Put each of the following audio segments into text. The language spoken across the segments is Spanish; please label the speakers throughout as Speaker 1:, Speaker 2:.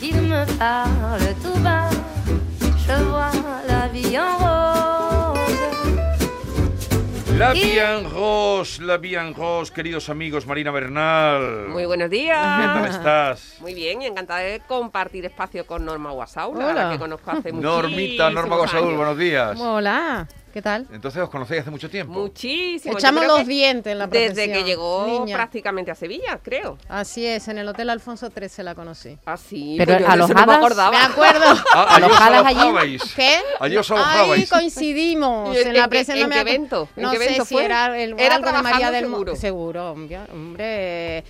Speaker 1: je parle tout bas, je vois la vie en rose.
Speaker 2: La
Speaker 1: Y-
Speaker 2: Bian Ross, la Bian Ross, queridos amigos, Marina Bernal.
Speaker 3: Muy buenos
Speaker 2: ¿Qué tal
Speaker 3: días.
Speaker 2: estás?
Speaker 3: Muy bien, y encantada de compartir espacio con Norma Guasaura, a
Speaker 4: Hola.
Speaker 3: la que conozco hace muchísimo
Speaker 2: Normita, Norma Guasaúl, buenos días.
Speaker 4: Hola, ¿qué tal?
Speaker 2: Entonces, ¿os conocéis hace mucho tiempo?
Speaker 3: Muchísimo. pues yo
Speaker 4: Echamos
Speaker 3: creo
Speaker 4: los
Speaker 3: que
Speaker 4: dientes en la profesión.
Speaker 3: Desde que llegó
Speaker 4: niña.
Speaker 3: prácticamente a Sevilla, creo.
Speaker 4: Así es, en el Hotel Alfonso XIII la conocí.
Speaker 3: Así.
Speaker 5: Pero
Speaker 3: yo de eso No me
Speaker 5: alojadas,
Speaker 3: acordaba.
Speaker 4: Me acuerdo.
Speaker 2: Ah, allí os
Speaker 5: ¿Alojadas allí?
Speaker 2: alojabais.
Speaker 4: ¿Qué?
Speaker 2: Allí os
Speaker 4: Ahí
Speaker 2: alojabais.
Speaker 4: coincidimos.
Speaker 3: ¿Y en
Speaker 4: En la
Speaker 3: qué-
Speaker 4: presen-
Speaker 3: en
Speaker 4: no me
Speaker 3: qué
Speaker 4: acu-
Speaker 3: evento? ¿En
Speaker 4: No
Speaker 3: qué
Speaker 4: sé
Speaker 3: evento
Speaker 4: si
Speaker 3: fue?
Speaker 4: era el
Speaker 3: Era
Speaker 4: algo de María
Speaker 3: trabajando
Speaker 4: del
Speaker 3: seguro.
Speaker 4: Monte. Seguro, hombre, hombre.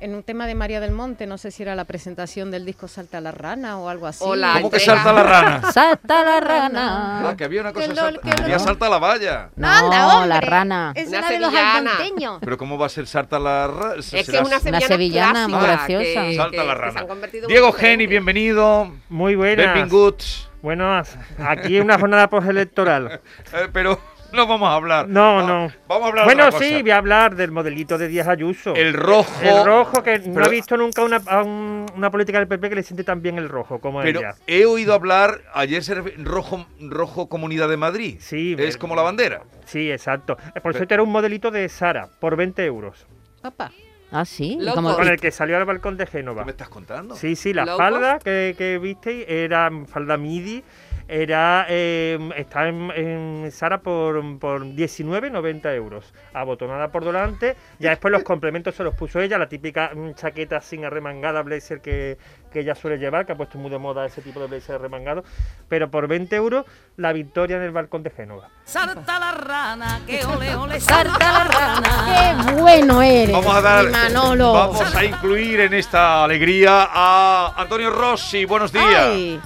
Speaker 4: En un tema de María del Monte, no sé si era la presentación del disco Salta la Rana o algo así.
Speaker 3: Hola,
Speaker 2: ¿Cómo que
Speaker 3: entrega.
Speaker 2: salta la rana?
Speaker 5: Salta la rana.
Speaker 2: Ah, que había una cosa.
Speaker 4: Que
Speaker 2: salta-
Speaker 4: lol, que
Speaker 2: había
Speaker 4: lol.
Speaker 2: salta la valla.
Speaker 5: No,
Speaker 4: Anda, hombre.
Speaker 5: la rana.
Speaker 4: Es
Speaker 3: Una
Speaker 4: la de los
Speaker 3: sevillana.
Speaker 4: almonteños.
Speaker 2: Pero ¿cómo va a ser salta la rana?
Speaker 3: Es que es una sevillana,
Speaker 5: sevillana muy
Speaker 3: clásica,
Speaker 5: graciosa.
Speaker 3: que-
Speaker 2: Salta
Speaker 3: que-
Speaker 2: la
Speaker 3: que se
Speaker 2: rana.
Speaker 3: han convertido en
Speaker 2: Diego
Speaker 3: un referente.
Speaker 2: Geni, bienvenido.
Speaker 6: Muy buenas.
Speaker 2: Benvinguts.
Speaker 6: Bueno, aquí una jornada postelectoral.
Speaker 2: Eh, pero no vamos a hablar.
Speaker 6: No,
Speaker 2: Va-
Speaker 6: no.
Speaker 2: Ah, Vamos a hablar de
Speaker 6: Bueno,
Speaker 2: otra cosa.
Speaker 6: sí, voy a hablar del modelito de Díaz Ayuso.
Speaker 2: El rojo.
Speaker 6: El rojo, que no
Speaker 2: Pero-
Speaker 6: he visto nunca una, a un- una política del PP que le siente tan bien el rojo como
Speaker 2: Pero
Speaker 6: ella.
Speaker 2: he oído hablar ayer se refi- rojo rojo Comunidad de Madrid.
Speaker 6: Sí,
Speaker 2: es
Speaker 6: me-
Speaker 2: como la bandera.
Speaker 6: Sí, exacto. Eh, Por cierto, era un modelito de Sara, por 20 euros,
Speaker 4: Papá.
Speaker 5: Ah, sí.
Speaker 3: Loco.
Speaker 5: como-
Speaker 6: con el que salió al balcón de Génova.
Speaker 2: ¿Qué me estás contando?
Speaker 6: Sí, sí, la
Speaker 3: Low
Speaker 6: falda que, que visteis era falda midi, era eh, está en, en Sara por, por 19,90 euros, abotonada por delante, ya después los complementos se los puso ella, la típica mm, chaqueta sin arremangada, blazer que, que ella suele llevar, que ha puesto muy de moda ese tipo de blazer arremangado, pero por 20 euros la victoria en el balcón de Génova.
Speaker 7: Salta la rana, que ole, ole,
Speaker 5: Salta la rana.
Speaker 4: Qué bueno eres.
Speaker 2: Vamos a dar
Speaker 4: mi Manolo.
Speaker 2: Vamos a incluir en esta alegría a Antonio Rossi. Buenos días.
Speaker 4: Ay.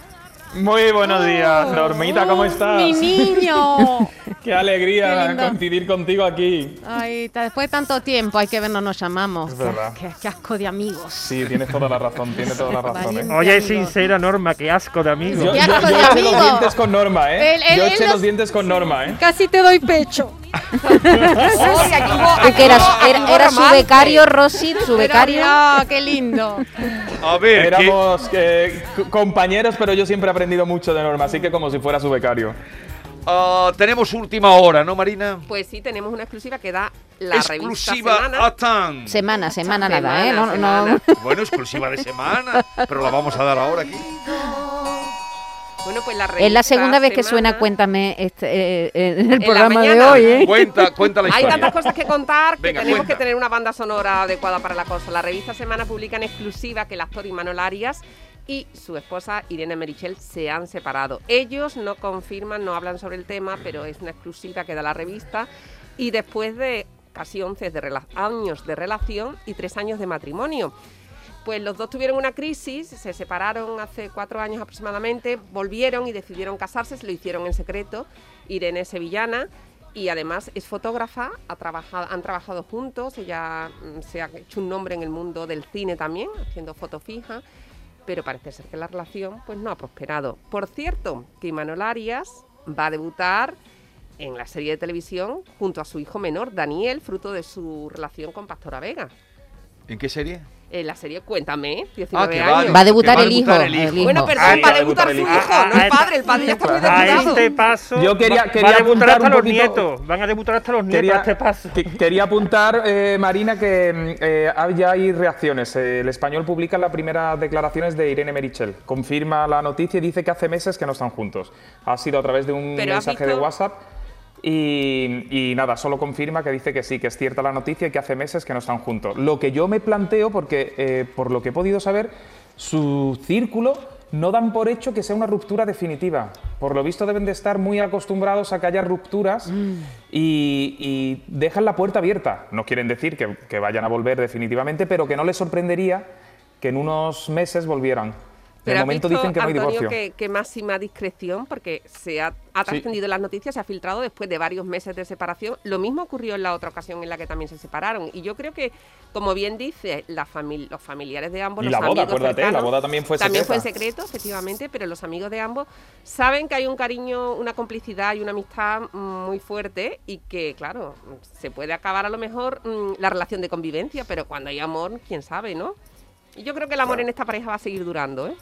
Speaker 8: Muy buenos días, Normita, ¿cómo estás?
Speaker 4: Oh, Mi niño.
Speaker 8: Qué alegría
Speaker 4: Qué lindo.
Speaker 8: coincidir contigo aquí.
Speaker 4: Ay, ta- después de tanto tiempo, hay que vernos, nos llamamos.
Speaker 8: Es verdad.
Speaker 4: Qué, qué asco de amigos.
Speaker 8: Sí, tienes toda la razón, tienes toda la razón. ¿eh?
Speaker 4: Valiente.
Speaker 6: Oye,
Speaker 4: amigo.
Speaker 6: sincera Norma, qué asco de amigo.
Speaker 8: Yo, yo,
Speaker 4: Qué asco de
Speaker 8: yo eché
Speaker 4: amigo.
Speaker 8: los dientes con Norma, ¿eh?
Speaker 4: Él- él-
Speaker 8: yo
Speaker 4: él
Speaker 8: eché
Speaker 4: los-
Speaker 8: los dientes con Norma, ¿eh?
Speaker 4: Casi te doy pecho.
Speaker 3: Uy, aquí hubo-
Speaker 5: Tú que eras,
Speaker 3: aquí
Speaker 5: era,
Speaker 3: hubo
Speaker 5: era su
Speaker 3: romance.
Speaker 5: becario, Rosy, su becario.
Speaker 4: qué lindo.
Speaker 2: A ver, que-
Speaker 8: Éramos eh, c- compañeros, pero yo siempre he aprendido mucho de Norma, así que como si fuera su becario.
Speaker 2: ah, tenemos última hora, ¿no, Marina?
Speaker 3: Pues sí, tenemos una exclusiva que da la
Speaker 2: exclusiva
Speaker 3: revista Semana.
Speaker 2: a tan.
Speaker 5: Semana, semana nada,
Speaker 3: Semana,
Speaker 5: ¿eh? No, no-
Speaker 3: semana.
Speaker 2: Bueno, exclusiva de semana, pero la vamos a dar ahora aquí.
Speaker 3: Bueno, pues la revista
Speaker 5: Es la segunda vez que
Speaker 3: Semana-
Speaker 5: suena Cuéntame este, eh, en
Speaker 3: En
Speaker 5: el
Speaker 3: la
Speaker 5: programa de
Speaker 3: mañana.
Speaker 5: hoy, ¿eh?
Speaker 2: Cuenta, cuenta la
Speaker 3: Hay
Speaker 2: historia.
Speaker 3: tantas cosas que contar que
Speaker 2: Venga,
Speaker 3: tenemos
Speaker 2: cuenta.
Speaker 3: que tener una banda sonora adecuada para la cosa. La revista Semana publica en exclusiva que el actor Imanol Arias y su esposa Irene Merichel se han separado. Ellos no confirman, no hablan sobre el tema, pero es una exclusiva que da la revista. Y después de casi 11 de rela- años de relación y 3 años de matrimonio. Pues los dos tuvieron una crisis, se separaron hace cuatro años aproximadamente, volvieron y decidieron casarse, se lo hicieron en secreto. Irene es Sevillana y además es fotógrafa, ha trabajado, han trabajado juntos, ella mm, se ha hecho un nombre en el mundo del cine también, haciendo fotos fijas, pero parece ser que la relación pues no ha prosperado. Por cierto, que Imanol Arias va a debutar en la serie de televisión junto a su hijo menor, Daniel, fruto de su relación con Pastora Vega.
Speaker 2: ¿En qué serie? Ah,
Speaker 3: En Eh, la serie Cuéntame, 19
Speaker 2: que
Speaker 3: años.
Speaker 5: Ah, Va a debutar
Speaker 2: que
Speaker 5: el hijo, el hijo.
Speaker 3: Bueno, perdón,
Speaker 6: Ah, que
Speaker 3: va a
Speaker 8: va a
Speaker 3: debutar su hijo,
Speaker 8: debutar el
Speaker 6: hijo.
Speaker 3: no
Speaker 6: Ah,
Speaker 3: el padre, el padre ya está muy
Speaker 6: A
Speaker 3: descuidado.
Speaker 6: este paso
Speaker 8: Yo quería-
Speaker 6: va- va
Speaker 8: quería
Speaker 6: a debutar
Speaker 8: apuntar
Speaker 6: hasta
Speaker 8: un
Speaker 6: los
Speaker 8: poquito-
Speaker 6: nietos, van a debutar hasta los nietos a
Speaker 8: Quería,
Speaker 6: este paso.
Speaker 8: que- quería apuntar, eh, Marina, que mm, eh, ah, ya hay reacciones. Eh, el español publica las primeras declaraciones de Irene Merichel. Confirma la noticia y dice que hace meses que no están juntos. Ha sido a través de un
Speaker 3: Pero has
Speaker 8: mensaje de
Speaker 3: visto-
Speaker 8: WhatsApp. Y, y nada, solo confirma que dice que sí, que es cierta la noticia y que hace meses que no están juntos. Lo que yo me planteo, porque eh, por lo que he podido saber, su círculo no dan por hecho que sea una ruptura definitiva. Por lo visto deben de estar muy acostumbrados a que haya rupturas y, y dejan la puerta abierta. No quieren decir que, que vayan a volver definitivamente, pero que no les sorprendería que en unos meses volvieran.
Speaker 3: Pero
Speaker 8: de
Speaker 3: has
Speaker 8: momento
Speaker 3: visto,
Speaker 8: dicen que no hay
Speaker 3: Antonio,
Speaker 8: divorcio.
Speaker 3: Que, que máxima discreción, porque se ha, ha
Speaker 8: Sí.
Speaker 3: trascendido en las noticias, se ha filtrado después de varios meses de separación. Lo mismo ocurrió en la otra ocasión en la que también se separaron. Y yo creo que, como bien dice, la famil- los familiares de ambos,
Speaker 8: Y
Speaker 3: los
Speaker 8: la boda,
Speaker 3: amigos
Speaker 8: acuérdate, la
Speaker 3: cercanos,
Speaker 8: boda también fue
Speaker 3: También fue en
Speaker 8: secreta.
Speaker 3: secreto, efectivamente, pero los amigos de ambos saben que hay un cariño, una complicidad y una amistad mm, muy fuerte y que, claro, se puede acabar a lo mejor mm, la relación de convivencia, pero cuando hay amor, quién sabe, ¿no? Y yo creo que el amor en esta pareja va a seguir durando, ¿eh?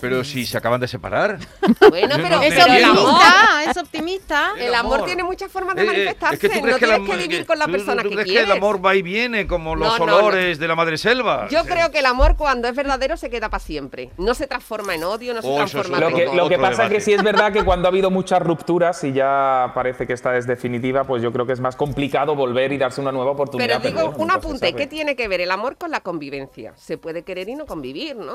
Speaker 2: Pero si se acaban de separar.
Speaker 3: Bueno,
Speaker 2: Yo
Speaker 3: pero,
Speaker 2: no
Speaker 4: Es
Speaker 2: te
Speaker 3: pero el
Speaker 2: entiendo.
Speaker 3: amor.
Speaker 4: optimista, es optimista.
Speaker 3: El amor tiene muchas formas de
Speaker 2: Eh, eh,
Speaker 3: manifestarse.
Speaker 2: es que tú crees
Speaker 3: no
Speaker 2: que, el
Speaker 3: tienes
Speaker 2: am-
Speaker 3: que vivir con la
Speaker 2: tú-
Speaker 3: persona
Speaker 2: tú
Speaker 3: que
Speaker 2: crees
Speaker 3: quieres.
Speaker 2: el amor eh. va y viene como los
Speaker 3: No, no, no.
Speaker 2: olores de la madre selva.
Speaker 3: Yo
Speaker 2: Sí.
Speaker 3: creo que el amor cuando es verdadero se queda para siempre. No se transforma en odio, no se
Speaker 2: Oh, eso es
Speaker 3: transforma en
Speaker 8: Lo que,
Speaker 2: Otro-
Speaker 3: rencor.
Speaker 8: lo que
Speaker 2: otro
Speaker 8: pasa es
Speaker 2: debate.
Speaker 8: que sí es verdad que cuando ha habido muchas rupturas y ya parece que esta es definitiva, pues yo creo que es más complicado volver y darse una nueva oportunidad.
Speaker 3: Pero digo,
Speaker 8: bueno,
Speaker 3: un
Speaker 8: nunca se
Speaker 3: apunte,
Speaker 8: sabe.
Speaker 3: ¿qué tiene que ver el amor con la convivencia? Se puede querer y no convivir, ¿no?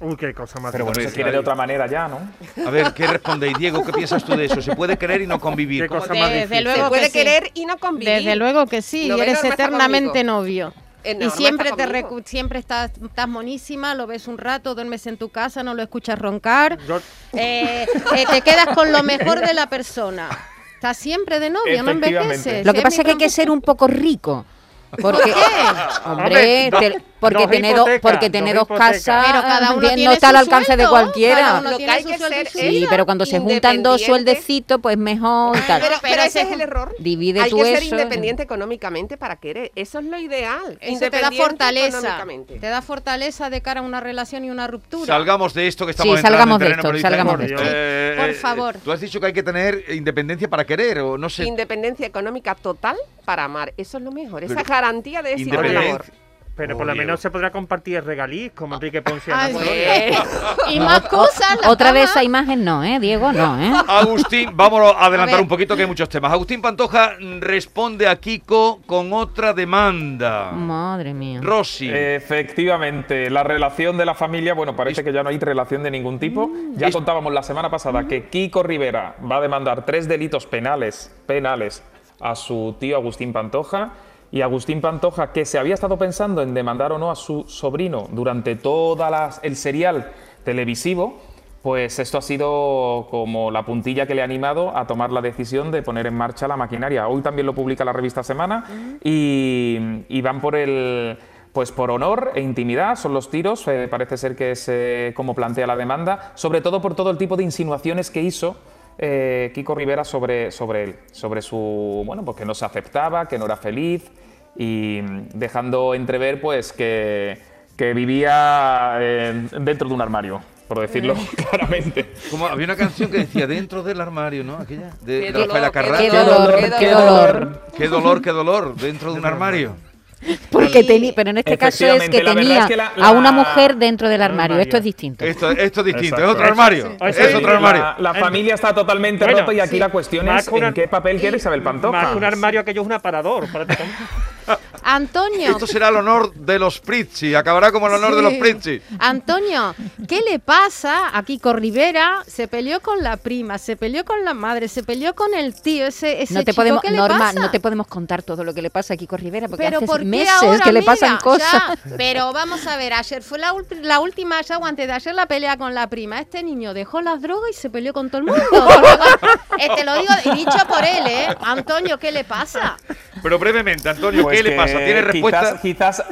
Speaker 6: Uy, qué cosa más.
Speaker 8: Pero bueno,
Speaker 2: Hombre,
Speaker 8: se quiere de
Speaker 2: ahí.
Speaker 8: otra manera ya, ¿no?
Speaker 2: A ver, ¿qué respondéis, Diego? ¿Qué piensas tú de eso? ¿Se puede querer y no convivir?
Speaker 6: Qué
Speaker 2: ¿Cómo-
Speaker 6: cosa más
Speaker 4: Desde
Speaker 6: difícil.
Speaker 4: luego
Speaker 3: se puede
Speaker 4: que sí.
Speaker 3: querer y no convivir.
Speaker 4: Desde luego que sí,
Speaker 3: Lo
Speaker 4: y
Speaker 3: ve
Speaker 4: eres
Speaker 3: Norma, está
Speaker 4: eternamente
Speaker 3: conmigo.
Speaker 4: novio.
Speaker 3: Eh, Norma
Speaker 4: y siempre
Speaker 3: está
Speaker 4: te
Speaker 3: conmigo.
Speaker 4: recu- siempre estás, estás monísima, lo ves un rato, duermes en tu casa, no lo escuchas roncar,
Speaker 6: Yo-
Speaker 4: eh, eh, te quedas con lo mejor de la persona. Estás siempre de novio, no
Speaker 8: Efectivamente.
Speaker 4: envejeces.
Speaker 5: Lo que
Speaker 4: es
Speaker 5: pasa
Speaker 4: mi
Speaker 5: es que hay que
Speaker 4: trampa.
Speaker 5: ser un poco rico. Porque, hombre,
Speaker 6: Hombre, dos-
Speaker 5: te- porque
Speaker 6: dos
Speaker 5: tener dos,
Speaker 6: hipotecas,
Speaker 5: porque tener
Speaker 6: dos
Speaker 5: dos casas
Speaker 6: hipotecas.
Speaker 4: Pero cada uno
Speaker 5: bien, no
Speaker 4: tiene
Speaker 5: está al
Speaker 4: su
Speaker 5: alcance de
Speaker 4: sueldo, cada
Speaker 5: cualquiera.
Speaker 4: uno
Speaker 3: Lo
Speaker 4: tiene
Speaker 3: que hay
Speaker 4: su
Speaker 3: que
Speaker 4: sueldo y
Speaker 3: ser
Speaker 4: su
Speaker 3: es-
Speaker 5: Sí,
Speaker 4: vida.
Speaker 5: pero cuando se juntan dos
Speaker 3: Independiente.
Speaker 5: sueldecitos, pues mejor y tal.
Speaker 3: Pero,
Speaker 4: pero
Speaker 3: pero ese
Speaker 4: eso-
Speaker 3: es el error.
Speaker 5: Divide
Speaker 3: Hay
Speaker 5: tú
Speaker 3: que ser
Speaker 5: eso.
Speaker 3: independiente económicamente para querer. Eso es lo ideal.
Speaker 4: Eso te da
Speaker 3: Independiente
Speaker 4: fortaleza.
Speaker 3: económicamente.
Speaker 4: Te da fortaleza de cara a una relación y una ruptura.
Speaker 2: Salgamos de esto que estamos
Speaker 5: Sí, salgamos
Speaker 2: entrando en
Speaker 5: de
Speaker 2: terreno
Speaker 5: esto,
Speaker 2: político.
Speaker 5: salgamos
Speaker 6: de esto.
Speaker 2: Eh,
Speaker 4: Por
Speaker 2: eh,
Speaker 4: favor.
Speaker 2: Tú has dicho que hay que tener independencia para querer, o no sé.
Speaker 3: Independencia económica total para amar. Eso es lo mejor. Esa
Speaker 2: Pero-
Speaker 3: es garantía de éxito en el
Speaker 2: Independencia.
Speaker 3: amor.
Speaker 6: Pero
Speaker 2: Oh,
Speaker 6: por lo
Speaker 2: Diego.
Speaker 6: menos se podrá compartir regalís
Speaker 3: Ah.
Speaker 6: como Enrique Ponce. y Ana
Speaker 3: Pues,
Speaker 4: Ay,
Speaker 6: Flor.
Speaker 4: y más cosas. la
Speaker 5: Otra vez
Speaker 4: cama.
Speaker 5: esa imagen no, ¿eh? Diego, no, ¿eh?
Speaker 2: Agustín, vámonos a adelantar
Speaker 4: A ver.
Speaker 2: un poquito que hay muchos temas. Agustín Pantoja mm, responde a Kiko con otra demanda.
Speaker 5: Madre mía.
Speaker 2: Rosy.
Speaker 6: Eh.
Speaker 8: Efectivamente, la relación de la familia, bueno, parece que ya no hay relación de ningún tipo. Ya contábamos la semana pasada que Kiko Rivera va a demandar tres delitos penales, penales a su tío Agustín Pantoja. Y Agustín Pantoja, que se había estado pensando en demandar o no a su sobrino durante todo el serial televisivo, pues esto ha sido como la puntilla que le ha animado a tomar la decisión de poner en marcha la maquinaria. Hoy también lo publica la revista Semana y, y van por el... Pues por honor e intimidad son los tiros, eh, parece ser que es eh, como plantea la demanda, sobre todo por todo el tipo de insinuaciones que hizo eh, Kiko Rivera sobre, sobre él, sobre su, bueno, pues que no se aceptaba, que no era feliz y mm, dejando entrever pues que, que vivía eh, dentro de un armario, por decirlo
Speaker 3: Eh.
Speaker 8: claramente.
Speaker 2: Como había una canción que decía dentro del armario, ¿no? Aquella de
Speaker 3: Qué dolor,
Speaker 2: Rafaela
Speaker 3: qué
Speaker 2: Carrà.
Speaker 5: Qué
Speaker 3: dolor,
Speaker 5: dolor,
Speaker 3: qué
Speaker 5: qué
Speaker 3: dolor.
Speaker 5: dolor.
Speaker 2: Qué dolor, qué dolor, dentro de un armario.
Speaker 5: Porque tenía, pero en este caso es que
Speaker 8: Efectivamente, la verdad
Speaker 5: tenía
Speaker 8: es que la-
Speaker 5: a una
Speaker 8: la-
Speaker 5: mujer dentro del
Speaker 6: la
Speaker 5: armario.
Speaker 6: María.
Speaker 5: Esto es distinto.
Speaker 2: Esto, esto es distinto,
Speaker 8: Exacto.
Speaker 2: es otro armario.
Speaker 6: sí.
Speaker 2: Es
Speaker 6: Eso sí.
Speaker 2: otro armario.
Speaker 8: La, la familia está totalmente
Speaker 6: Bueno,
Speaker 8: rota y aquí
Speaker 6: sí.
Speaker 8: la cuestión
Speaker 6: Más
Speaker 8: es
Speaker 6: que un
Speaker 8: en
Speaker 6: ar-
Speaker 8: qué papel quiere Isabel
Speaker 6: Más
Speaker 8: Pantoja.
Speaker 6: que un armario, aquello es un aparador. prácticamente.
Speaker 4: Antonio,
Speaker 2: Esto será el honor de los Pritzi, acabará como el honor de los
Speaker 4: Sí.
Speaker 2: Pritzi.
Speaker 4: Antonio, ¿qué le pasa a Kiko Rivera? Se peleó con la prima, se peleó con la madre, se peleó con el tío. Ese, ese
Speaker 5: No te
Speaker 4: chico,
Speaker 5: podemos,
Speaker 4: ¿qué le
Speaker 5: Norma,
Speaker 4: pasa?
Speaker 5: no te podemos contar todo lo que le pasa a Kiko Rivera porque
Speaker 4: pero
Speaker 5: hace
Speaker 4: ¿por qué
Speaker 5: meses
Speaker 4: ahora?
Speaker 5: que le
Speaker 4: Mira,
Speaker 5: pasan cosas.
Speaker 4: ya, pero vamos a ver, ayer fue la, ulti- la última, ya o antes de ayer, la pelea con la prima. Este niño dejó las drogas y se peleó con todo el mundo. Te lo digo y dicho por él, ¿eh? Antonio, ¿qué le pasa?
Speaker 2: Pero brevemente, Antonio,
Speaker 8: Pues
Speaker 2: ¿qué le
Speaker 8: que
Speaker 2: pasa? ¿Tiene respuesta?
Speaker 8: Quizás, quizás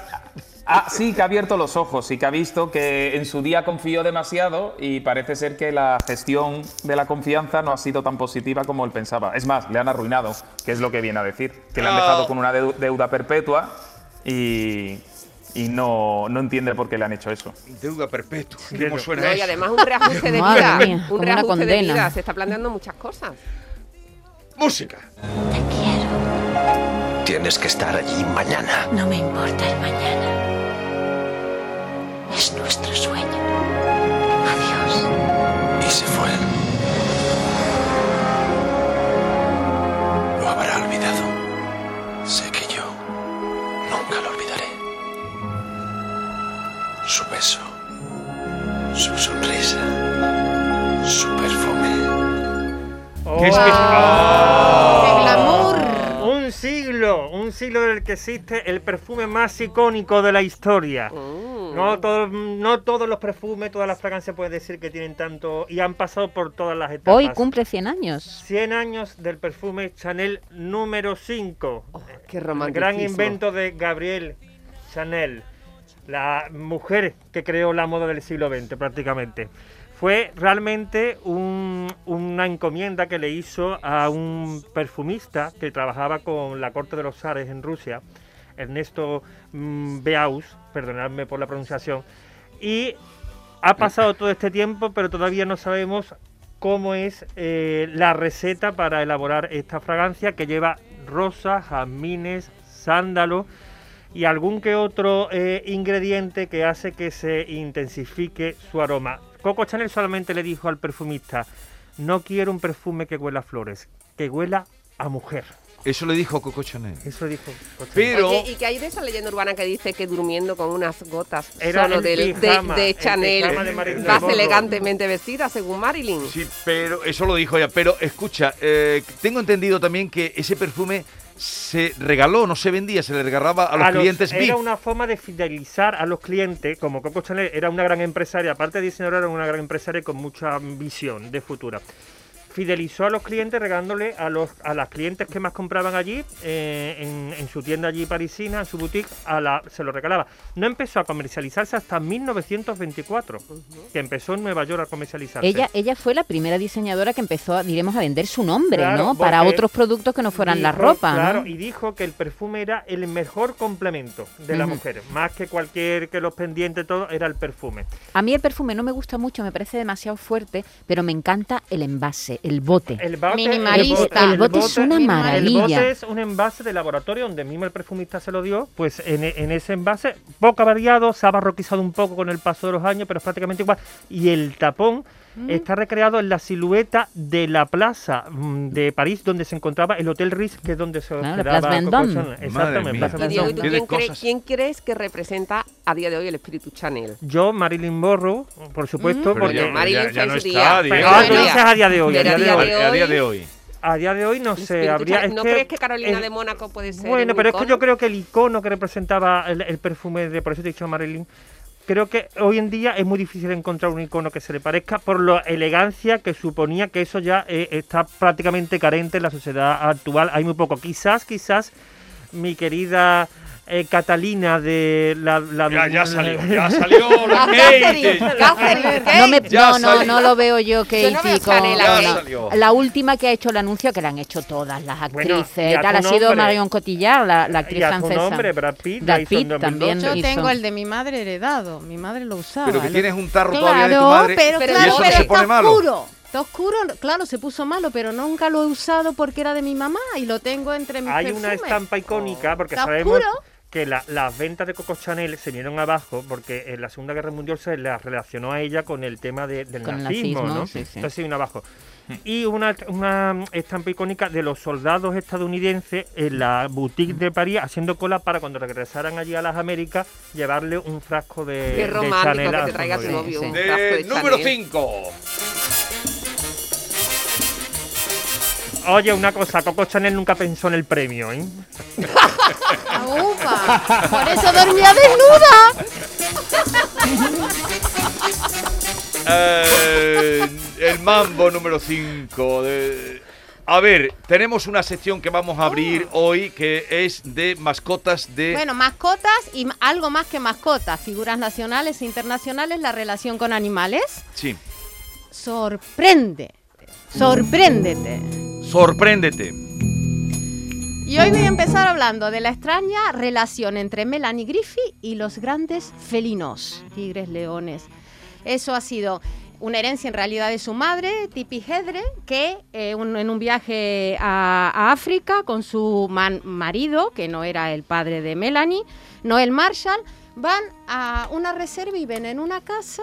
Speaker 8: ah, sí, que ha abierto los ojos y que ha visto que en su día confió demasiado y parece ser que la gestión de la confianza no ha sido tan positiva como él pensaba. Es más, le han arruinado, que es lo que viene a decir, que le han
Speaker 2: Ah.
Speaker 8: dejado con una deu- deuda perpetua y, y no, no entiende por qué le han hecho eso.
Speaker 2: Deuda perpetua.
Speaker 6: Deuda.
Speaker 2: ¿Cómo suena
Speaker 3: No, y
Speaker 2: eso?
Speaker 3: además un reajuste de
Speaker 5: Madre
Speaker 3: vida.
Speaker 5: mía, como
Speaker 3: un
Speaker 5: una
Speaker 3: reajuste de
Speaker 5: condena.
Speaker 3: vida. Se está planteando muchas cosas.
Speaker 2: Música.
Speaker 1: Te quiero,
Speaker 9: Tienes que estar allí mañana.
Speaker 1: no me importa el mañana. Es nuestro sueño. Adiós.
Speaker 9: Y se fue. Lo habrá olvidado. Sé que yo nunca lo olvidaré. Su beso, su sonrisa, su perfume.
Speaker 6: Oh.
Speaker 2: Que es que-
Speaker 8: Oh.
Speaker 4: El glamour.
Speaker 6: Un siglo, un siglo en el que existe el perfume más icónico de la historia.
Speaker 3: Oh,
Speaker 6: No,
Speaker 3: Mm.
Speaker 6: todo- no todos los perfumes, todas las fragancias pueden decir que tienen tanto y han pasado por todas las etapas.
Speaker 5: Hoy cumple 100 años.
Speaker 6: 100 años del perfume Chanel número 5.
Speaker 3: qué
Speaker 6: el
Speaker 3: romanticismo.
Speaker 6: gran invento de Gabriel Chanel, la mujer que creó la moda del siglo XX prácticamente. Fue realmente un- una encomienda que le hizo a un perfumista que trabajaba con la corte de los zares en Rusia, Ernesto mm, Beaus, perdonadme por la pronunciación, y Ha pasado todo este tiempo, pero todavía no sabemos cómo es eh, la receta para elaborar esta fragancia que lleva rosas, jazmines, sándalo y algún que otro eh, ingrediente que hace que se intensifique su aroma. Coco Chanel solamente le dijo al perfumista, no quiero un perfume que huela a flores, que huela a mujer.
Speaker 2: Eso le dijo Coco Chanel.
Speaker 6: Eso dijo Coco Chanel.
Speaker 2: Pero-
Speaker 3: Oye, y que hay de esa leyenda urbana que dice que durmiendo con unas gotas
Speaker 6: Era
Speaker 3: solo
Speaker 6: el
Speaker 3: del, de-
Speaker 6: pijama,
Speaker 3: de,
Speaker 6: el pijama de Marilyn
Speaker 3: Chanel vas
Speaker 6: Monroe.
Speaker 3: elegantemente vestida, según Marilyn.
Speaker 2: Sí, pero eso lo dijo ella. Pero escucha, eh, tengo entendido también que ese perfume se regaló, no se vendía, se le regalaba a los clientes
Speaker 6: Era
Speaker 2: VIP.
Speaker 6: una forma de fidelizar a los clientes, como Coco Chanel era una gran empresaria, aparte de diseñadora, era una gran empresaria con mucha visión de futura. Fidelizó a los clientes regándole a los a las clientes que más compraban allí, eh, en, en su tienda allí parisina, en su boutique, a la, se lo regalaba. No empezó a comercializarse hasta 1924, que empezó en Nueva York a comercializarse.
Speaker 5: Ella, ella fue la primera diseñadora que empezó, a, diremos, a vender su nombre,
Speaker 6: Claro,
Speaker 5: ¿no? Para
Speaker 6: porque
Speaker 5: otros productos que no fueran la
Speaker 6: Dijo,
Speaker 5: ropa, ¿no?
Speaker 6: Claro, y dijo que el perfume era el mejor complemento de la
Speaker 5: Ujú.
Speaker 6: mujer. Más que cualquier, que los pendientes, todo, era el perfume.
Speaker 5: A mí el perfume no me gusta mucho, me parece demasiado fuerte, pero me encanta el envase, el bote.
Speaker 6: El bote,
Speaker 4: Minimalista.
Speaker 5: El bote es una
Speaker 6: El
Speaker 5: maravilla.
Speaker 6: bote es un envase de laboratorio donde mismo el perfumista se lo dio. Pues en, e- en ese envase, poco variado, se ha barroquizado un poco con el paso de los años, pero es prácticamente igual. Y el tapón
Speaker 5: Mm.
Speaker 6: está recreado en la silueta de la plaza mm, de París donde se encontraba el Hotel Ritz, que es donde se
Speaker 5: Claro,
Speaker 6: hospedaba
Speaker 5: Ah, Place
Speaker 6: Coco
Speaker 5: Vendôme.
Speaker 6: Chanel.
Speaker 2: Madre
Speaker 6: Exactamente,
Speaker 2: mía.
Speaker 6: Place
Speaker 3: Y Diego, ¿y tú
Speaker 2: Qué de
Speaker 3: quién, cree-
Speaker 2: cosas.
Speaker 3: quién crees que representa a día de hoy el espíritu Chanel?
Speaker 6: Yo, Marilyn Monroe, por supuesto,
Speaker 2: Pero
Speaker 6: porque...
Speaker 2: ya-
Speaker 3: Coño, Marilyn
Speaker 2: ya- ya
Speaker 3: fue
Speaker 2: no
Speaker 3: en su
Speaker 2: está, Diego.
Speaker 3: día.
Speaker 6: Pero
Speaker 3: Fue en
Speaker 6: ah,
Speaker 3: su
Speaker 6: tú
Speaker 2: Pero
Speaker 6: dices a día de hoy. A
Speaker 3: Pero
Speaker 6: día de
Speaker 2: A,
Speaker 6: hoy,
Speaker 2: a día de hoy.
Speaker 6: a día de hoy no
Speaker 3: El
Speaker 6: sé,
Speaker 3: espíritu
Speaker 6: habría...
Speaker 3: Chanel.
Speaker 6: es
Speaker 3: ¿No
Speaker 6: que
Speaker 3: crees que Carolina
Speaker 6: el-
Speaker 3: de Mónaco puede ser?
Speaker 6: Bueno,
Speaker 3: un
Speaker 6: pero es que
Speaker 3: icono?
Speaker 6: yo creo que el icono que representaba el, el perfume de, por eso te he dicho Marilyn, creo que hoy en día es muy difícil encontrar un icono que se le parezca por la elegancia que suponía que eso ya eh, está prácticamente carente en la sociedad actual. Hay muy poco. Quizás, quizás, mi querida eh, Catalina de la... la-
Speaker 2: Ya, ya salió, ya salió
Speaker 3: Ah,
Speaker 2: la Kate.
Speaker 4: Catherine, Catherine,
Speaker 5: Ah, No, me-
Speaker 2: Ya
Speaker 5: no, no,
Speaker 2: salió.
Speaker 5: no lo veo yo, Katie.
Speaker 3: no veo
Speaker 5: con-
Speaker 3: Chanel
Speaker 2: Ya
Speaker 5: con-
Speaker 2: salió.
Speaker 5: la última que ha hecho el anuncio, que la han hecho todas las
Speaker 6: Bueno,
Speaker 5: actrices,
Speaker 6: y a
Speaker 5: tal,
Speaker 6: tu
Speaker 5: ha sido
Speaker 6: nombre.
Speaker 5: Marion Cotillard, la, la actriz
Speaker 6: y a su
Speaker 5: francesa.
Speaker 6: nombre, Brad Pitt,
Speaker 5: Brad
Speaker 6: la hizo en
Speaker 5: Pitt
Speaker 6: 2012.
Speaker 5: también.
Speaker 4: Yo
Speaker 5: hizo.
Speaker 4: tengo el de mi madre heredado. Mi madre lo usaba.
Speaker 2: Pero que
Speaker 4: Lo-
Speaker 2: tienes un tarro
Speaker 4: claro,
Speaker 2: todavía de tu madre.
Speaker 4: Pero,
Speaker 2: y
Speaker 4: claro,
Speaker 2: eso no
Speaker 4: pero
Speaker 2: se
Speaker 4: está
Speaker 2: pone malo.
Speaker 4: oscuro. Está oscuro, claro, se puso malo, pero nunca lo he usado porque era de mi mamá y lo tengo entre mis
Speaker 6: Hay una
Speaker 4: perfumes.
Speaker 6: estampa
Speaker 5: Oh.
Speaker 6: icónica porque
Speaker 4: ¿Está
Speaker 6: sabemos
Speaker 4: oscuro?
Speaker 6: que la- las ventas de Coco Chanel se vinieron abajo porque en la Segunda Guerra Mundial se la relacionó a ella con el tema de- del
Speaker 5: Con el
Speaker 6: nazismo,
Speaker 5: nazismo,
Speaker 6: ¿no?
Speaker 5: sí, sí.
Speaker 6: Entonces se vino abajo. Y una, una estampa icónica de los soldados estadounidenses en la boutique de París haciendo cola para cuando regresaran allí a las Américas llevarle un frasco de,
Speaker 3: Qué
Speaker 6: de
Speaker 3: romántico
Speaker 6: Chanel a
Speaker 3: que te
Speaker 6: su
Speaker 3: traiga tu
Speaker 5: sí,
Speaker 6: novio.
Speaker 3: novio
Speaker 5: sí.
Speaker 3: un
Speaker 2: De
Speaker 3: frasco de
Speaker 2: Eh, número
Speaker 3: Chanel.
Speaker 2: 5.
Speaker 6: Oye, una cosa, Coco Chanel nunca pensó en el premio, ¿eh?
Speaker 4: Ah, ufa. Por eso dormía desnuda.
Speaker 2: Eh, el mambo número 5. A ver, tenemos una sección que vamos a abrir hoy que es de mascotas de...
Speaker 4: Oh. Bueno, mascotas y ma- algo más que mascotas, figuras nacionales e internacionales, la relación con animales.
Speaker 2: Sí.
Speaker 4: Sorprende. Sorpréndete.
Speaker 2: Sorpréndete.
Speaker 4: Y hoy voy a empezar hablando de la extraña relación entre Melanie Griffith y los grandes felinos, tigres, leones. Eso ha sido una herencia en realidad de su madre, Tipi Hedre, que eh, un- en un viaje a, a África con su man- marido, que no era el padre de Melanie, Noel Marshall, van a una reserva y ven en una casa,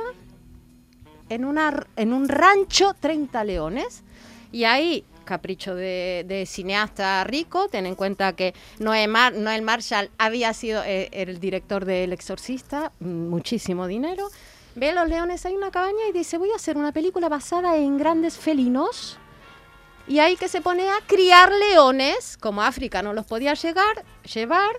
Speaker 4: en, una, r- en un rancho, 30 leones. Y ahí, capricho de, de cineasta rico, ten en cuenta que Noé Mar- Noel Marshall había sido eh, el director de El Exorcista, mm, muchísimo dinero. Ve los leones, hay una cabaña y dice, voy a hacer una película basada en grandes felinos. Y ahí que se pone a criar leones, como a África no los podía llegar, llevar,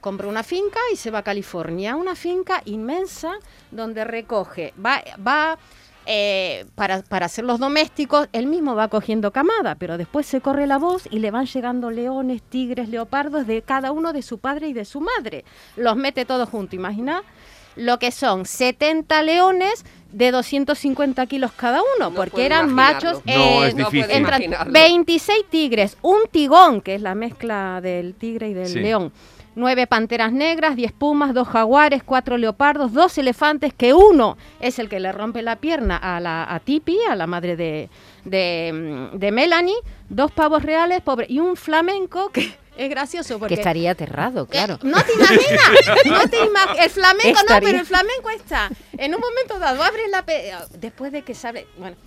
Speaker 4: compra una finca y se va a California, una finca inmensa donde recoge, va, va eh, para, para hacer los domésticos, él mismo va cogiendo camada, pero después se corre la voz y le van llegando leones, tigres, leopardos de cada uno de su padre y de su madre. Los mete todos juntos, imagina lo que son 70 leones de 250 kilos cada uno,
Speaker 3: No
Speaker 4: porque
Speaker 3: puedo
Speaker 4: eran
Speaker 3: imaginarlo.
Speaker 4: machos.
Speaker 2: No, es
Speaker 3: eh, No puedo
Speaker 2: difícil.
Speaker 4: Entran
Speaker 3: imaginarlo.
Speaker 4: 26 tigres, un tigón, que es la mezcla del tigre y del
Speaker 2: Sí.
Speaker 4: león, nueve panteras negras, diez pumas, dos jaguares, cuatro leopardos, dos elefantes, que uno es el que le rompe la pierna a la a Tipi, a la madre de, de, mm, de Melanie, dos pavos reales, pobre, y un flamenco que es gracioso porque
Speaker 5: Que estaría aterrado, claro.
Speaker 4: ¿Qué? No te imaginas, no te ima- El flamenco no,
Speaker 5: Estaría-
Speaker 4: pero el flamenco está. En un momento dado, abres la. pe- Después de que se abre. Bueno.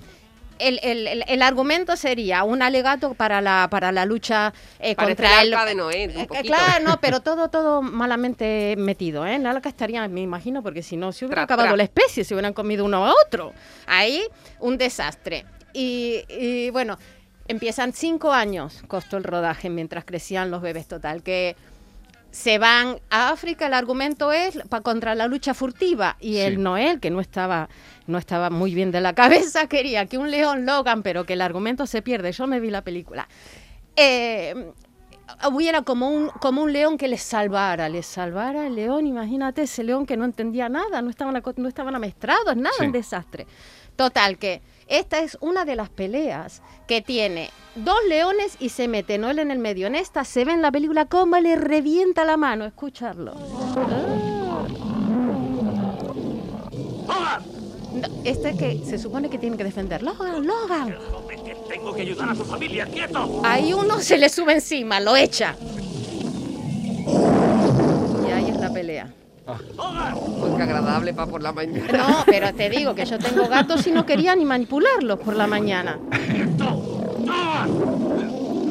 Speaker 4: El, el- el- el argumento sería un alegato para la, para la lucha eh,
Speaker 3: Parece
Speaker 4: contra
Speaker 3: el este arca de Noé, un
Speaker 4: Eh, eh,
Speaker 3: poquito.
Speaker 4: Claro, no, pero todo, todo malamente metido. ¿eh? En el arca estaría, me imagino, porque si no, se hubiera
Speaker 3: Tra,
Speaker 4: acabado
Speaker 3: tra.
Speaker 4: la especie, se hubieran comido uno a otro. Ahí, un desastre. Y, y, bueno, empiezan cinco años, costó el rodaje mientras crecían los bebés, total, que se van a África, el argumento es pa- contra la lucha furtiva y
Speaker 2: Sí.
Speaker 4: el Noel, que no estaba, no estaba muy bien de la cabeza, quería que un león Logan, pero que el argumento se pierde, yo me vi la película. Eh, hubiera como un, como un león que les salvara, les salvara el león, imagínate ese león que no entendía nada, no estaban, aco- no estaban amestrados, nada,
Speaker 2: Sí.
Speaker 4: un desastre. Total, que esta es una de las peleas que tiene dos leones y se mete Noel en el medio. En esta se ve en la película cómo le revienta la mano, escucharlo. Ah. No, este que se supone que tiene que defender. Logan, Logan.
Speaker 10: Tengo que ayudar a su familia, quieto.
Speaker 4: Ahí uno se le sube encima, lo echa. Y ahí es la pelea.
Speaker 3: Pues qué agradable para por la mañana.
Speaker 4: No, pero te digo que yo tengo gatos y no quería ni manipularlos por la mañana.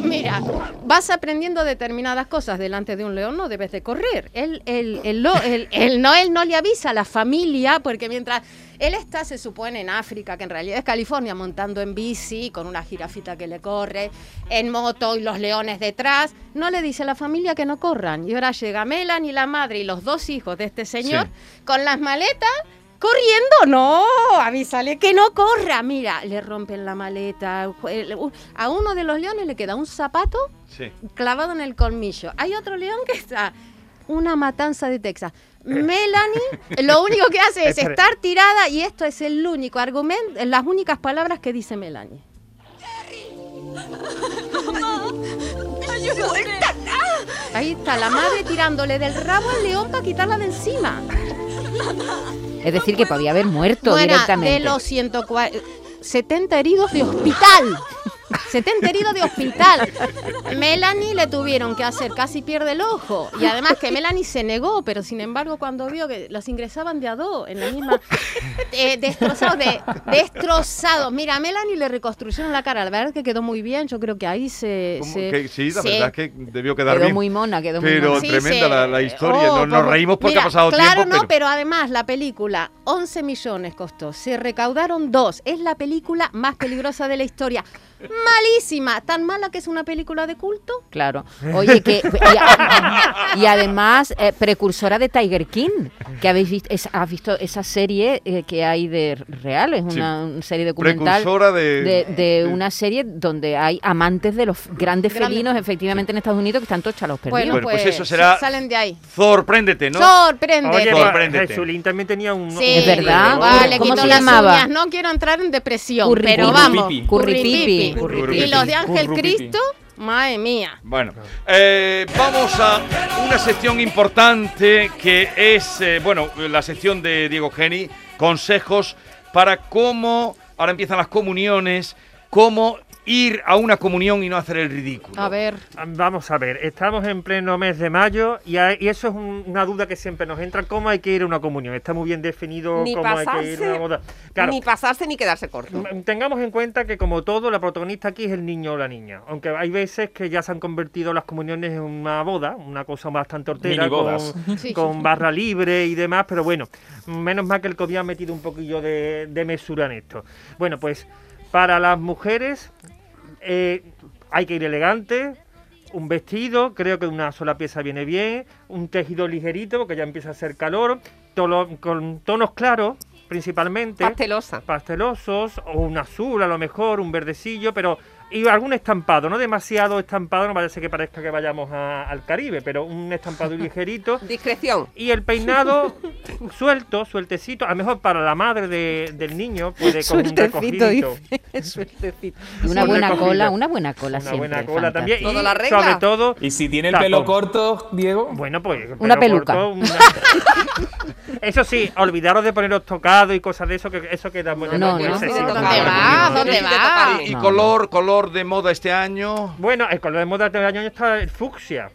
Speaker 4: Mira, vas aprendiendo determinadas cosas delante de un león, no debes de correr. Él, él, él lo- él- él no, él no le avisa a la familia, porque mientras él está, se supone, en África, que en realidad es California, montando en bici, con una jirafita que le corre, en moto y los leones detrás, no le dice a la familia que no corran. Y ahora llega Melanie, la madre y los dos hijos de este señor con las maletas Corriendo, no, avísale que no corra. Mira, le rompen la maleta. el- u- A uno de los leones le queda un zapato
Speaker 2: Sí.
Speaker 4: clavado en el colmillo. Hay otro león que está. Una matanza de Texas. Melanie lo único que hace es
Speaker 6: Espera.
Speaker 4: estar tirada y esto es el único argumento, las únicas palabras que dice Melanie. Ahí está la madre tirándole del rabo al león para quitarla de encima.
Speaker 5: Es decir, que podía haber muerto
Speaker 4: Fuera
Speaker 5: directamente.
Speaker 4: de los 140, 70 heridos de hospital. 70 heridos de hospital. Melanie le tuvieron que hacer, casi pierde el ojo. Y además que Melanie se negó, pero sin embargo cuando vio que los ingresaban de a dos en la misma... eh, destrozados, de, destrozados. Mira, a Melanie le reconstruyeron la cara. La verdad es que quedó muy bien. Yo creo que ahí se...
Speaker 2: ¿Cómo
Speaker 4: se-
Speaker 2: que- sí, la
Speaker 4: se-
Speaker 2: verdad es que debió quedar
Speaker 5: Quedó
Speaker 2: bien.
Speaker 5: muy mona, quedó muy
Speaker 2: Pero
Speaker 5: mona.
Speaker 4: Sí,
Speaker 2: tremenda
Speaker 4: se-
Speaker 2: la, la historia.
Speaker 4: Oh,
Speaker 2: no, nos
Speaker 4: pues,
Speaker 2: reímos porque
Speaker 4: mira,
Speaker 2: ha pasado
Speaker 4: claro,
Speaker 2: tiempo.
Speaker 4: no,
Speaker 2: pero...
Speaker 4: pero además la película 11 millones costó. Se recaudaron dos. Es la película más peligrosa de la historia. Malísima, tan mala que es una película de culto.
Speaker 5: Claro. Oye, que. Y, a- y además, eh, precursora de Tiger King, que habéis visto, es- has visto esa serie eh, que hay de real, es
Speaker 2: Sí.
Speaker 5: una un serie documental.
Speaker 2: Precursora de-
Speaker 5: de, de
Speaker 2: de-
Speaker 5: una serie donde hay amantes de los grandes
Speaker 4: Grande.
Speaker 5: felinos, efectivamente, en Estados Unidos, que están todos chalos perdidos.
Speaker 4: Bueno,
Speaker 2: Bueno, pues
Speaker 4: pues,
Speaker 2: eso será-
Speaker 4: salen de ahí.
Speaker 2: Sorpréndete, ¿no?
Speaker 4: Sorprende.
Speaker 6: Oye,
Speaker 2: Sorprende.
Speaker 6: pa-
Speaker 2: Sorpréndete.
Speaker 6: Jesulín también tenía un...
Speaker 4: Sí,
Speaker 6: un-
Speaker 5: ¿Es verdad?
Speaker 4: Ah, le
Speaker 5: ¿Cómo
Speaker 4: quitó
Speaker 5: se
Speaker 4: las
Speaker 5: llamaba?
Speaker 4: uñas. No quiero entrar en depresión,
Speaker 5: Curri-
Speaker 4: pero
Speaker 5: Curripipi.
Speaker 4: vamos.
Speaker 5: Curripipi.
Speaker 4: Curripipi.
Speaker 2: Curripipi.
Speaker 4: Y los de Ángel
Speaker 8: Currupipi.
Speaker 4: Cristo, madre mía.
Speaker 2: Bueno, eh, vamos a una sección importante que es, eh, bueno, la sección de Diego Geni, consejos para cómo, ahora empiezan las comuniones, cómo ir a una comunión y no hacer el ridículo.
Speaker 4: A ver.
Speaker 6: Vamos a ver, estamos en pleno mes de mayo y, hay- y eso es un- una duda que siempre nos entra, ¿cómo hay que ir a una comunión? Está muy bien definido
Speaker 3: Ni
Speaker 6: cómo hay que ir a
Speaker 3: pasarse,
Speaker 6: una boda. Claro,
Speaker 3: Ni pasarse ni quedarse corto.
Speaker 6: M- Tengamos en cuenta que como todo, la protagonista aquí es el niño o la niña. Aunque hay veces que ya se han convertido las comuniones en una boda, una cosa bastante hortera, con,
Speaker 8: Minibodas.
Speaker 4: Sí.
Speaker 6: con barra libre y demás, pero bueno, menos mal que el COVID ha metido un poquillo de, de mesura en esto. Bueno, pues para las mujeres eh, hay que ir elegante. Un vestido, creo que una sola pieza viene bien, un tejido ligerito, porque ya empieza a hacer calor, tolo- con tonos claros principalmente
Speaker 3: Pastelosa.
Speaker 6: pastelosos o un azul a lo mejor, un verdecillo, pero y algún estampado, no demasiado estampado, no parece que parezca que vayamos a- al Caribe, pero un estampado ligerito
Speaker 3: Discreción.
Speaker 6: y el peinado suelto, sueltecito, a lo mejor para la madre de- del niño puede con un
Speaker 5: Sueltecito,
Speaker 6: recogidito.
Speaker 5: dice. Sueltecito.
Speaker 6: Sí,
Speaker 5: Y una
Speaker 6: un
Speaker 5: buena
Speaker 6: recogidito.
Speaker 5: cola, una buena cola
Speaker 6: Una
Speaker 5: siempre.
Speaker 6: buena cola también.
Speaker 5: fantástico.
Speaker 6: Y
Speaker 3: ¿Todo la regla?
Speaker 6: sobre todo.
Speaker 8: Y si tiene el pelo
Speaker 6: Tapón.
Speaker 8: corto, Diego.
Speaker 6: Bueno, pues. el
Speaker 5: Una
Speaker 6: pelo
Speaker 5: peluca.
Speaker 6: corto, una- Eso sí, olvidaros de poneros tocado y cosas de eso, que eso queda muy Pues,
Speaker 5: No,
Speaker 6: muy
Speaker 5: no.
Speaker 6: excesivo.
Speaker 3: ¿Dónde
Speaker 4: ¿Dónde va? ¿Dónde va?
Speaker 2: ¿Y
Speaker 5: No,
Speaker 2: color, color de moda este año?
Speaker 6: Bueno, el color de moda del año está el fucsia.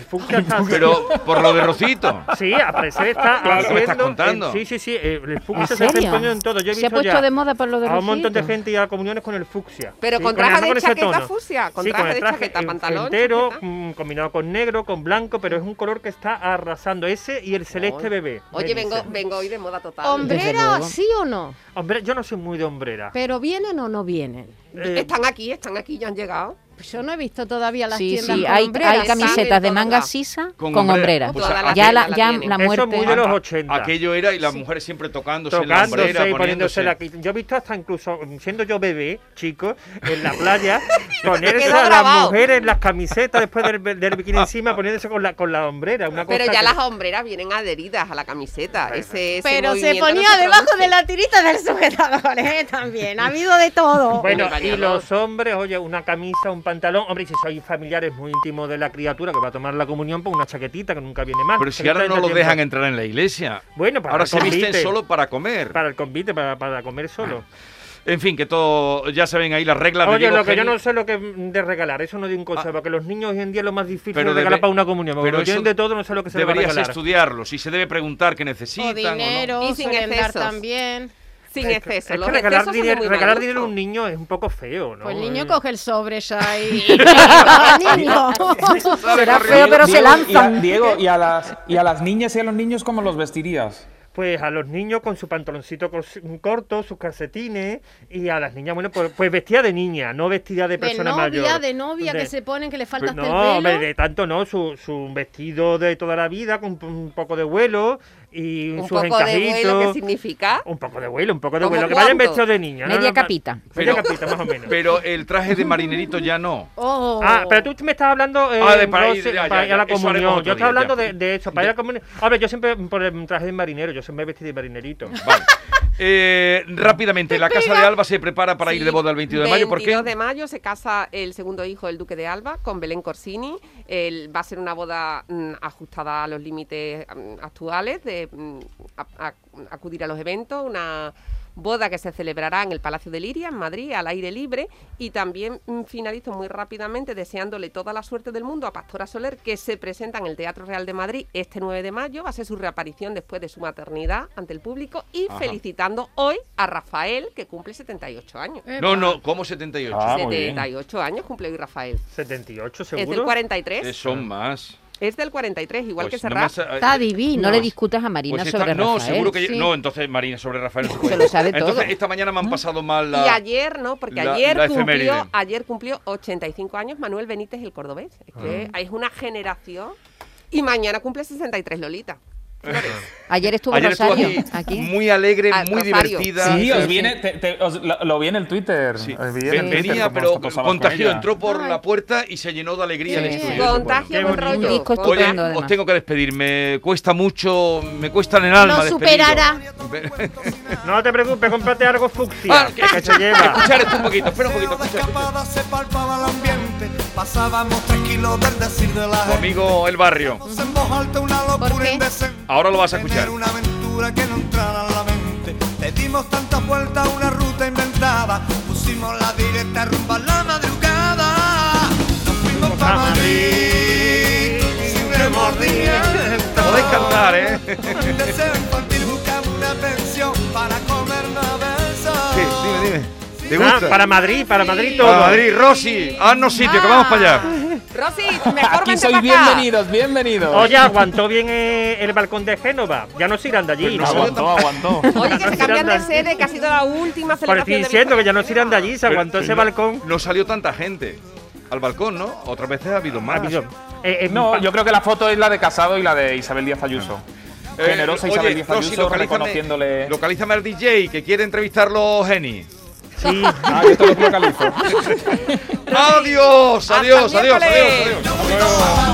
Speaker 6: fucsia está.
Speaker 2: Pero por lo de Rocito.
Speaker 6: Sí, a parecer está
Speaker 2: Claro, me
Speaker 6: haciendo.
Speaker 2: estás contando.
Speaker 6: sí, sí, sí. eh, El
Speaker 5: ¿En
Speaker 6: fucsia se está
Speaker 5: serio?
Speaker 6: poniendo en todo. Yo he
Speaker 5: Se ha
Speaker 6: visto
Speaker 5: puesto
Speaker 6: ya
Speaker 5: de moda por lo de
Speaker 6: A un montón de
Speaker 5: Rocío.
Speaker 6: gente y a comuniones con el fucsia.
Speaker 3: Pero con traje
Speaker 6: traje
Speaker 3: de chaqueta fucsia, con traje de chaqueta, pantalón,
Speaker 6: Entero,
Speaker 3: chaqueta.
Speaker 6: mm, combinado con negro, con blanco, pero es un color que está arrasando. Ese y el celeste Este bebé. me
Speaker 3: Oye, vengo,
Speaker 6: dicen.
Speaker 3: vengo hoy de moda total.
Speaker 5: Desde
Speaker 4: ¿Hombrera
Speaker 5: luego.
Speaker 4: sí o no?
Speaker 6: Hombre, yo no soy muy de hombrera.
Speaker 4: ¿Pero vienen o no vienen?
Speaker 6: Eh,
Speaker 3: Están aquí, están aquí, ya han llegado.
Speaker 4: Pues yo no he visto todavía las
Speaker 5: Sí,
Speaker 4: tiendas
Speaker 5: sí,
Speaker 4: con
Speaker 5: hay,
Speaker 4: hombreras.
Speaker 5: hay camisetas
Speaker 3: Salen
Speaker 5: de
Speaker 3: todas
Speaker 5: manga
Speaker 3: las-
Speaker 5: sisa
Speaker 2: Con
Speaker 5: con,
Speaker 2: hombrera.
Speaker 5: hombreras.
Speaker 2: Pues a-
Speaker 5: ya la,
Speaker 3: la
Speaker 5: ya
Speaker 3: tienen.
Speaker 5: la
Speaker 6: Eso es
Speaker 5: muerte.
Speaker 6: muy de los 80.
Speaker 2: Aquello era y las mujeres siempre tocándose,
Speaker 6: tocándose
Speaker 2: la hombrera,
Speaker 6: y poniéndose la
Speaker 2: poniéndose.
Speaker 6: Yo he visto hasta incluso, mm, siendo yo bebé, chico, en la playa, ponerse
Speaker 3: quedó
Speaker 6: a las
Speaker 3: grabado.
Speaker 6: mujeres en las camisetas después del, del bikini encima, poniéndose con la, con la hombrera. Una
Speaker 3: Pero
Speaker 6: cosa
Speaker 3: ya
Speaker 6: que-
Speaker 3: las hombreras vienen adheridas a la camiseta. Ese, ese
Speaker 4: Pero se
Speaker 3: movimiento no
Speaker 4: ponía debajo
Speaker 3: produce.
Speaker 4: de la tirita del sujetador, ¿eh? También. Ha habido de todo.
Speaker 6: Bueno,
Speaker 3: el
Speaker 6: y
Speaker 3: bañador.
Speaker 6: los hombres, oye, una camisa, un pantalón. Hombre, y si sois familiares muy íntimos de la criatura que va a tomar la comunión, pues una chaquetita que nunca viene mal.
Speaker 2: Pero si ahora no
Speaker 6: lo
Speaker 2: los dejan entrar en la iglesia.
Speaker 6: Bueno, para
Speaker 2: Ahora
Speaker 6: el
Speaker 2: se visten
Speaker 6: convite.
Speaker 2: solo para comer.
Speaker 6: Para el convite, para, para comer solo.
Speaker 2: En fin, que todo, ya saben ahí las reglas de
Speaker 6: Oye,
Speaker 2: Diego
Speaker 6: lo que yo
Speaker 2: Geni.
Speaker 6: no sé lo que mm, de regalar, eso no de un cosa,
Speaker 2: Ah.
Speaker 6: porque los niños hoy en día es lo más difícil
Speaker 2: Pero
Speaker 6: de regalar
Speaker 2: debe-
Speaker 6: para una comunión, porque
Speaker 2: pero
Speaker 6: lo tienen
Speaker 2: eso
Speaker 6: de todo, no sé lo que se le va a
Speaker 2: Deberías
Speaker 6: regalar.
Speaker 2: estudiarlo, si se debe preguntar qué necesitan.
Speaker 4: O dinero,
Speaker 3: Y sin
Speaker 4: suelen dar
Speaker 3: excesos.
Speaker 4: también.
Speaker 3: Sin exceso.
Speaker 6: Es
Speaker 3: los
Speaker 6: que regalar,
Speaker 3: excesos son de
Speaker 6: dinero,
Speaker 3: muy mal
Speaker 6: regalar
Speaker 3: gusto.
Speaker 6: dinero a un niño es un poco feo, ¿no?
Speaker 4: Pues el
Speaker 6: Eh,
Speaker 4: niño coge el sobre ya y... y- niño.
Speaker 5: Será
Speaker 2: corriendo.
Speaker 5: feo, pero se
Speaker 8: Diego, y a-
Speaker 5: lanzan.
Speaker 8: Diego, y a, las, y a las niñas y a los niños, ¿cómo los vestirías?
Speaker 6: Pues a los niños con su pantaloncito cor- corto, sus calcetines, y a las niñas, bueno, pues, pues vestida de niña, no vestida de
Speaker 4: De
Speaker 6: persona
Speaker 4: novia,
Speaker 6: mayor.
Speaker 4: de novia
Speaker 6: De- Pues
Speaker 4: que se ponen que le falta hasta el
Speaker 6: No,
Speaker 4: pelo.
Speaker 6: hombre, de tanto no, su, su vestido de toda la vida, con un poco de vuelo y
Speaker 3: Un
Speaker 6: sus
Speaker 3: poco de
Speaker 6: encajitos.
Speaker 3: vuelo, ¿qué significa?
Speaker 6: Un poco de vuelo, un poco de
Speaker 3: ¿Cómo
Speaker 6: vuelo. Que vayan
Speaker 3: cuánto?
Speaker 6: vestidos de niño.
Speaker 5: Media
Speaker 6: ma-
Speaker 5: capita.
Speaker 6: Media
Speaker 2: Pero-
Speaker 6: capita, más o menos.
Speaker 2: Pero el traje de marinerito ya no.
Speaker 4: Oh.
Speaker 6: Ah, pero tú me estabas hablando eh,
Speaker 2: Ah, de para
Speaker 6: no
Speaker 2: ir,
Speaker 6: sé,
Speaker 2: ya,
Speaker 6: para
Speaker 2: ya,
Speaker 6: ir a la
Speaker 2: ya, eso haremos
Speaker 6: comunión.
Speaker 2: otro
Speaker 6: Yo estaba
Speaker 2: día,
Speaker 6: hablando
Speaker 2: ya.
Speaker 6: de, de eso, para ir a la comunión. Hombre, yo siempre por el traje de marinero, yo siempre vestí de marinerito.
Speaker 2: Vale. Eh, rápidamente, la Casa de Alba se prepara para ir de boda el 22 de mayo. ¿Por qué?
Speaker 3: 22 de mayo se casa el segundo hijo del Duque de Alba con Belén Corsini. Él va a ser una boda mm, ajustada a los límites mm, actuales de mm, a- a- acudir a los eventos, una boda que se celebrará en el Palacio de Liria, en Madrid, al aire libre. Y también mm, finalizo muy rápidamente deseándole toda la suerte del mundo a Pastora Soler, que se presenta en el Teatro Real de Madrid este 9 de mayo. Va a ser su reaparición después de su maternidad ante el público y
Speaker 2: Ajá.
Speaker 3: felicitando hoy a Rafael, que cumple 78 años.
Speaker 2: No, no, como 78.
Speaker 8: Ah, muy bien.
Speaker 3: 78 años cumple hoy Rafael.
Speaker 6: 78,
Speaker 3: Es del
Speaker 6: seguro.
Speaker 3: 43.
Speaker 2: Eh, Son más.
Speaker 3: Es del 43, igual
Speaker 2: Pues
Speaker 3: que
Speaker 2: no
Speaker 3: Serrat.
Speaker 2: me sa-
Speaker 4: Está
Speaker 2: eh,
Speaker 4: divino.
Speaker 5: No le discutas a Marina
Speaker 2: pues
Speaker 5: sobre
Speaker 2: esta- No,
Speaker 5: Rafael.
Speaker 2: seguro que.
Speaker 4: sí.
Speaker 2: No, entonces Marina sobre Rafael. no
Speaker 5: Se lo sabe todo. ¿Mm?
Speaker 2: Entonces, esta mañana me han pasado mal la.
Speaker 3: Y ayer, ¿no? Porque
Speaker 2: la-
Speaker 3: ayer,
Speaker 2: la efeméride.
Speaker 3: cumplió, ayer cumplió 85 años Manuel Benítez el Cordobés. Es que
Speaker 8: Ah.
Speaker 3: es una generación. Y mañana cumple 63 Lolita.
Speaker 5: Ayer estuvo
Speaker 2: Ayer estuvo
Speaker 5: Rosario
Speaker 2: aquí,
Speaker 5: aquí.
Speaker 2: muy alegre,
Speaker 3: Ah,
Speaker 2: muy
Speaker 3: Rosario.
Speaker 2: divertida.
Speaker 8: Sí,
Speaker 5: sí,
Speaker 8: os
Speaker 5: sí.
Speaker 8: viene, te- te- os- lo, lo vi en el Twitter.
Speaker 2: Sí.
Speaker 8: Os vi en el
Speaker 2: Ven-
Speaker 8: Twitter
Speaker 2: Venía,
Speaker 8: cómo
Speaker 2: pero
Speaker 8: os pasabas con
Speaker 2: contagio,
Speaker 8: ella.
Speaker 2: entró por la puerta y se llenó de alegría el
Speaker 4: Sí.
Speaker 2: estudio. Eso, bueno.
Speaker 3: Contagio,
Speaker 6: qué
Speaker 3: buen
Speaker 6: bonito.
Speaker 3: rollo.
Speaker 5: Un disco
Speaker 3: Contagio.
Speaker 2: Oye,
Speaker 5: estupendo. Hablando,
Speaker 2: os
Speaker 5: además.
Speaker 2: tengo que despedir. Me cuesta mucho, me cuesta en el alma.
Speaker 4: Lo
Speaker 2: despedirlo.
Speaker 4: superará.
Speaker 6: No te preocupes, cómprate algo fucsia
Speaker 2: Ah,
Speaker 6: que, se lleva.
Speaker 2: Escuchar esto un poquito, Ah, espera un poquito. escucha.
Speaker 11: escapada se palpaba el ambiente. Pasábamos tres kilos del decir de la
Speaker 2: Tu amigo El Barrio.
Speaker 11: Nos en voz alta una
Speaker 4: ¿Por
Speaker 11: locura
Speaker 4: qué?
Speaker 11: indecente.
Speaker 2: Ahora lo vas a escuchar.
Speaker 11: Tener una aventura que no entrara en la mente. Le dimos tantas vueltas a una ruta inventada. Pusimos la directa rumba a la madrugada. Nos fuimos
Speaker 2: Ah.
Speaker 11: para Madrid sin remordimiento.
Speaker 2: Podéis cantar, ¿eh?
Speaker 11: Un deseo infantil buscaba una pensión para comernos a besos.
Speaker 2: Sí, dime, dime. ¿Te
Speaker 6: Ah,
Speaker 2: gusta?
Speaker 6: para Madrid, para Madrid todo.
Speaker 2: Para Madrid, Rosy, haznos sitio, que vamos para allá.
Speaker 3: Ah. Rosy, mejor
Speaker 8: Aquí
Speaker 3: vente
Speaker 8: sois
Speaker 3: para acá.
Speaker 8: bienvenidos, bienvenidos.
Speaker 6: Oye, aguantó bien eh, el balcón de Génova. Ya no se irán de
Speaker 2: Pues
Speaker 6: allí.
Speaker 2: no
Speaker 6: ¿no?
Speaker 2: sé.
Speaker 8: aguantó, aguantó.
Speaker 3: Oye, que
Speaker 6: No
Speaker 3: se
Speaker 6: se
Speaker 3: cambian de
Speaker 6: irán de-
Speaker 3: sede, que ha sido la última
Speaker 6: Pero estoy
Speaker 3: celebración. de Benito
Speaker 6: diciendo que ya no se irán de allí, se aguantó ese
Speaker 2: No-
Speaker 6: balcón.
Speaker 2: No salió tanta gente al balcón, ¿no? Otras veces ha habido más.
Speaker 6: Ah, perdón. Eh, eh,
Speaker 8: No,
Speaker 6: pa-
Speaker 8: yo creo que la foto es la de Casado y la de Isabel Díaz Ayuso.
Speaker 2: Eh,
Speaker 8: Generosa
Speaker 2: oye,
Speaker 8: Isabel Díaz
Speaker 2: Rosy,
Speaker 8: Ayuso reconociéndole.
Speaker 2: localízame al DJ que quiere entrevistarlo Geni.
Speaker 6: Sí.
Speaker 8: Ah, yo te lo localizo.
Speaker 2: Adiós, adiós, adiós, adiós,
Speaker 3: miércoles.
Speaker 2: adiós.
Speaker 11: Nos fuimos pa' Madrid